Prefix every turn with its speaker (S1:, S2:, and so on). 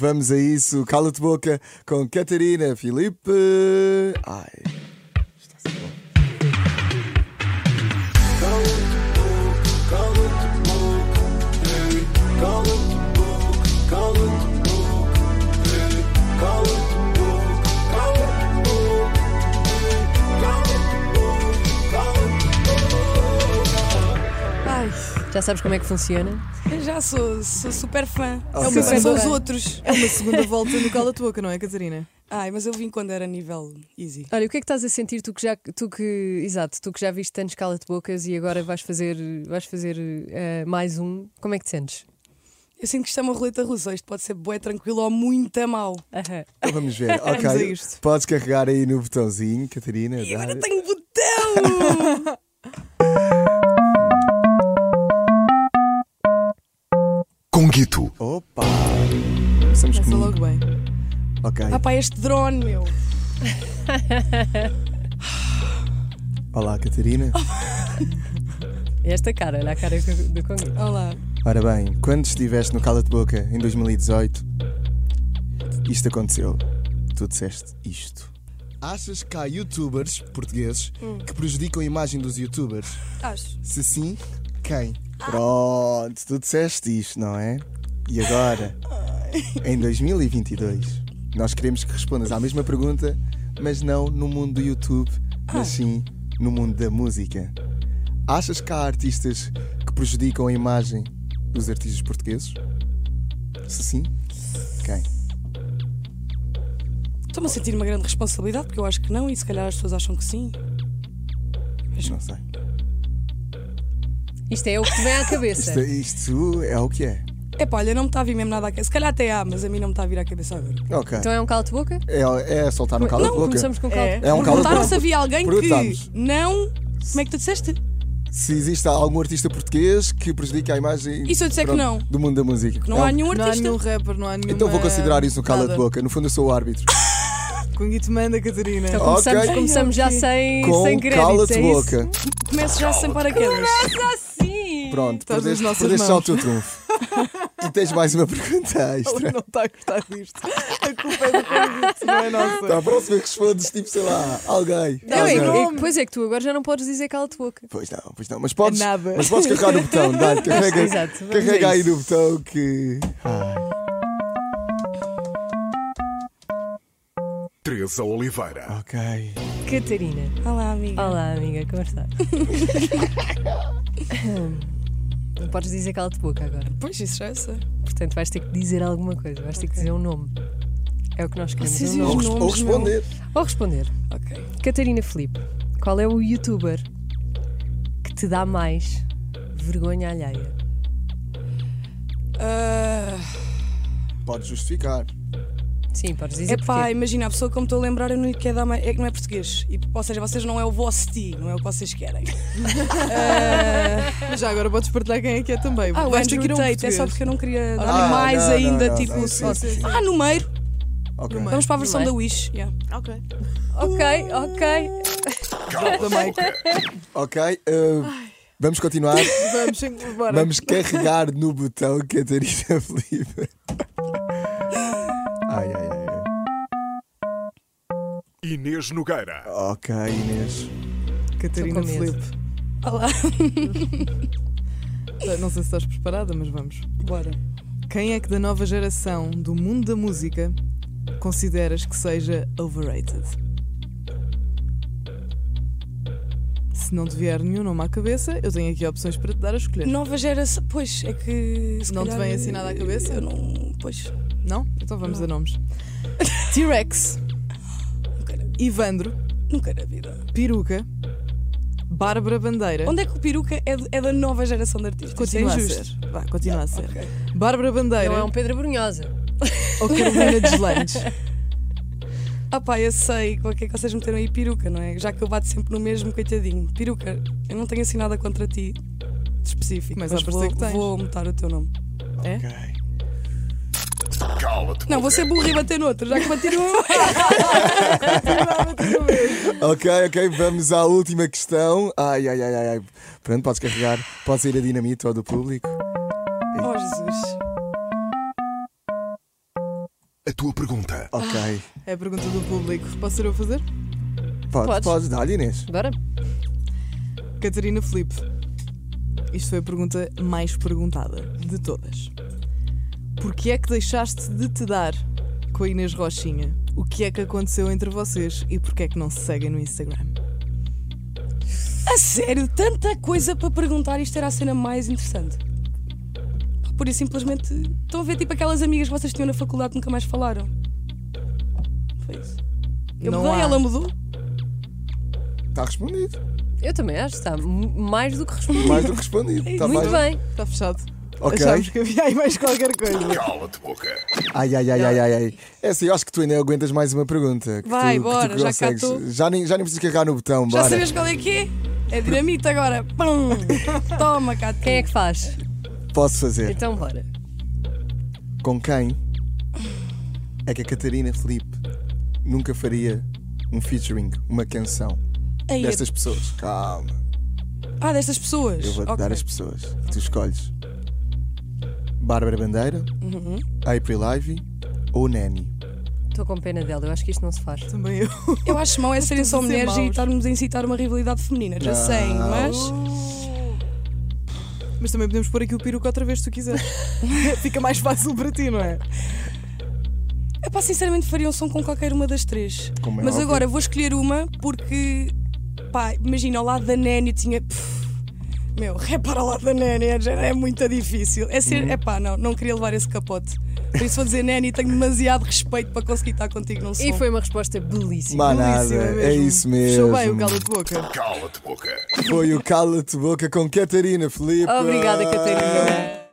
S1: Vamos a isso, cala-te boca com Catarina Filipe. Ai. isto é bom.
S2: Ai,
S3: Já sabes como é que funciona?
S2: eu já sou, sou super fã.
S1: Oh,
S2: é uma
S1: super
S2: são os
S3: fã.
S2: outros.
S4: Ah, É uma segunda volta no cala tua, não é, Catarina?
S2: Ai, mas eu vim quando era nível easy.
S3: Olha, o que é que estás a sentir tu que já, tu que, exato, tu que já viste tantos cala de bocas e agora vais fazer, vais fazer eh, mais um, como é que te sentes?
S2: Eu sinto que isto é uma roleta russa. Isto pode ser bué tranquilo ou muito mal.
S1: Então Vamos ver. Ok.
S4: Vamos a isto.
S1: Podes carregar aí no botãozinho, Catarina.
S2: E
S1: dá-
S2: agora tenho um botão!
S5: Conguito.
S1: Opa! Começamos
S4: Começa
S1: comigo.
S4: logo bem.
S1: Ok.
S2: ah pá, este drone, meu.
S1: Olá, Catarina.
S3: É Esta cara, olha a cara do- do Congo.
S2: Olá.
S1: Ora bem, quando estiveste no Cala-te Boca em 2018, isto aconteceu. Tu disseste isto. Achas que há youtubers portugueses que prejudicam a imagem dos youtubers?
S2: Acho.
S1: Se sim, quem? Pronto, tu disseste isto, não é? E agora, em 2022, nós queremos que respondas à mesma pergunta, mas não no mundo do YouTube, mas sim no mundo da música. Achas que há artistas que prejudicam a imagem dos artistas portugueses? Se sim, quem?
S2: Estou-me a sentir uma grande responsabilidade, porque eu acho que não, e se calhar as pessoas acham que sim.
S1: Mas não sei.
S3: Isto é o que te vem à
S1: Isto,
S3: cabeça.
S1: isto é o que é.
S2: É pá, olha, não me está a vir mesmo nada à cabeça. Se calhar até há, mas a mim não me está a vir à cabeça agora.
S1: Ok.
S3: Então é um cala de boca?
S1: É, é soltar um cala de
S3: não,
S1: boca.
S3: começamos com Então cala de
S1: É um cala de
S2: Perguntaram
S1: boca.
S2: se havia alguém
S1: Perguntámos.
S2: que não. Como é que tu disseste?
S1: se existe algum artista português que prejudica a imagem
S2: E se eu
S3: é
S2: disser que não?
S1: do mundo da música.
S4: É
S1: É um-
S2: Que não há nenhum
S4: Não há
S2: artista.
S4: nenhum rapper, não há nenhuma...
S3: eh,
S1: Então vou considerar isso um cala de
S4: nada.
S1: boca. No fundo, eu sou o árbitro.
S4: Conguito manda, Catarina.
S3: Então
S1: Ok.
S3: começamos, começamos já
S2: Ok.
S3: sem, sem
S1: Com
S3: créditos.
S1: cala de
S3: é isso?
S1: boca.
S2: Começo já sem paraquedas.
S3: Sim!
S1: Pronto,
S4: Estás nas
S1: perdeste,
S4: nossas
S1: perdeste só o
S4: mãos.
S1: teu trunfo. e tens mais uma pergunta
S4: Ela
S1: extra.
S4: não está a gostar disto. A culpa é do Conguito, não é nossa.
S1: Para Tá, a próxima respondes, tipo, sei lá, alguém.
S3: Não,
S2: um
S3: é,
S1: alguém.
S3: é, que- pois é que tu agora já não podes dizer cala de boca.
S1: Pois não, pois não. Mas podes,
S4: É Nada. é
S1: mas podes carregar no botão. Dá, carrega
S3: Exato, vamos
S1: carrega
S3: a
S1: aí
S3: isso.
S1: no botão que. Ai.
S5: 13 Oliveira.
S1: Ok.
S3: Catarina.
S2: Olá, amiga.
S3: Olá, amiga, como estás? não podes dizer cala de boca agora.
S2: Pois, isso já é isso.
S3: Portanto, vais ter que dizer alguma coisa, vais ter que dizer um nome. É o que nós queremos.
S2: Vocês
S3: um
S2: e os
S1: Ou,
S3: nome.
S1: res- ou
S2: nomes,
S1: responder.
S3: Ou responder.
S2: Ok.
S3: Catarina Felipe, qual é o youtuber que te dá mais vergonha alheia?
S2: Ah,
S1: Podes justificar.
S3: Sim, podes dizer
S2: epá,
S3: porquê.
S2: imagina, a pessoa que eu me estou a lembrar eu não quer dar mais, é que não é português. E, ou seja, vocês não é o vosso ti, não é o que vocês querem.
S4: Mas já agora podes partilhar quem é que é também.
S2: Ah, o
S4: Vais
S2: Andrew
S4: ter que ir a um
S2: Tate, é só
S4: português.
S2: porque eu não queria dar
S1: Ah,
S2: mais
S1: não, não,
S2: ainda,
S1: não,
S2: tipo.
S1: não,
S2: se
S1: sim,
S2: fosse-
S1: sim.
S2: Ah, no meio.
S1: Ok.
S4: Numa-
S2: Vamos para a versão
S3: meio.
S2: da Wish. yeah.
S4: Ok.
S3: Ok, ok.
S5: Cala-te boca.
S1: Ok. uh, vamos continuar.
S4: um- Vamos, chega- bora.
S1: Vamos carregar no botão Catarina Felipe. Ai, ai, ai. ai.
S5: Inês Nogueira.
S1: Ok, Inês.
S4: Catarina
S3: Estou com medo.
S4: Felipe.
S2: Olá.
S4: Não sei se estás preparada, mas vamos. Bora. Quem é que da nova geração do mundo da música consideras que seja overrated? Se não te vier nenhum nome à cabeça, eu tenho aqui opções para te dar a escolher.
S2: Nova geração. Pois, é que. se
S4: Não te
S2: calhar,
S4: vem assim nada à cabeça?
S2: Eu não. Pois.
S4: Não? Então vamos a nomes: T-Rex,
S2: Nunca na,
S4: Ivandro,
S2: nunca na vida.
S4: Peruca, Bárbara Bandeira.
S2: Onde é que o peruca é, de- é da nova geração de artistas?
S4: Continua
S2: Isso
S4: a
S2: é injusto.
S4: ser. Vá, continua a ser.
S2: Ok.
S4: Bárbara
S3: Não
S4: Bandeira
S3: é um Pedro Brunhosa.
S4: ou Carolina Deslandes?
S2: Ah pá, eu sei com o que é que vocês meteram aí peruca, não é? Já que eu bato sempre no mesmo, coitadinho. Peruca, eu não tenho assim nada contra ti de específico.
S4: Mas
S2: Mas,
S4: há por
S2: vou,
S4: ser que tens.
S2: vou mutar o teu nome.
S4: É?
S1: Ok.
S5: Cala-te
S2: Não, vou ser burra e bater noutro, já que bati no.
S1: Ok, ok, vamos à última questão. Ai, ai, ai, ai, ai. Pronto, podes carregar. Podes ir a dinamite ou do público.
S2: oh Jesus.
S5: a tua pergunta.
S1: Ok.
S2: Ah,
S4: É a pergunta do público. Posso ser eu a fazer?
S1: Pode,
S3: Podes.
S1: podes, dar-lhe, Inês.
S3: Bora?
S4: Catarina Felipe. Isto foi a pergunta mais perguntada de todas. Porquê é que deixaste de te dar com a Inês Rochinha? O que é que aconteceu entre vocês e porquê é que não se seguem no Instagram?
S2: A sério, tanta coisa para perguntar, isto era a cena mais interessante. Por isso simplesmente estão a ver tipo aquelas amigas que vocês tinham na faculdade que nunca mais falaram. Foi isso. Eu
S4: não
S2: mudei,
S4: há.
S2: ela mudou.
S1: Está respondido.
S3: Eu também acho, está m- mais do que respondido.
S1: Mais do que respondido. Está
S3: Muito
S1: Tá mais...
S3: bem.
S4: Está fechado.
S1: Ok.
S4: Achámos que havia aí mais qualquer coisa.
S5: Cala-te, boca.
S1: Ai, ai, ai, ai, ai, ai. É assim, eu acho que tu ainda aguentas mais uma pergunta. Que
S2: Vai,
S1: tu, que tu
S2: bora, já cá
S1: consegues.
S2: tô.
S1: Já nem, já nem precisas carregar no botão,
S2: Já
S1: bora.
S2: sabes qual é que é? É dinamite agora. Pum! Toma, cá.
S3: Quem é que faz?
S1: Posso fazer.
S3: Então bora.
S1: Com quem é que a Catarina Felipe nunca faria um featuring, uma canção
S2: Aí,
S1: destas pessoas? Calma,
S2: Ah, destas pessoas.
S1: eu vou-te
S2: Ok.
S1: dar as pessoas. Tu escolhes. Bárbara Bandeira,
S2: Uhum.
S1: April Ivy ou Nanny?
S3: Estou com pena dela, eu acho que isto não se faz.
S4: Também eu.
S2: Eu acho mal é serem só
S4: Estamos a ser
S2: mulheres e
S4: maus.
S2: estarmos a incitar uma rivalidade feminina. Já
S1: Não.
S2: sei, mas.
S4: Mas também podemos pôr aqui o peruca outra vez se tu quiseres. Fica mais fácil para ti, não é?
S2: É pá, sinceramente faria um som com qualquer uma das três.
S1: Como é
S2: Mas
S1: óbvio.
S2: agora vou escolher uma porque. Pá, imagina, ao lado da Nani eu tinha. Pff, meu, repara ao lado da Nani, é, é muito difícil. É
S1: Uhum.
S2: ser. É pá, não, não queria levar esse capote. Por isso vou dizer, Nani, tenho demasiado respeito para conseguir estar contigo num som.
S3: E foi uma resposta belíssima.
S1: Mas nada,
S4: Belíssima
S1: é isso mesmo.
S4: Fechou bem o galo de boca.
S5: Cala-te, boca.
S1: Foi o Cala-te Boca com Catarina Felipe.
S3: Obrigada, Catarina.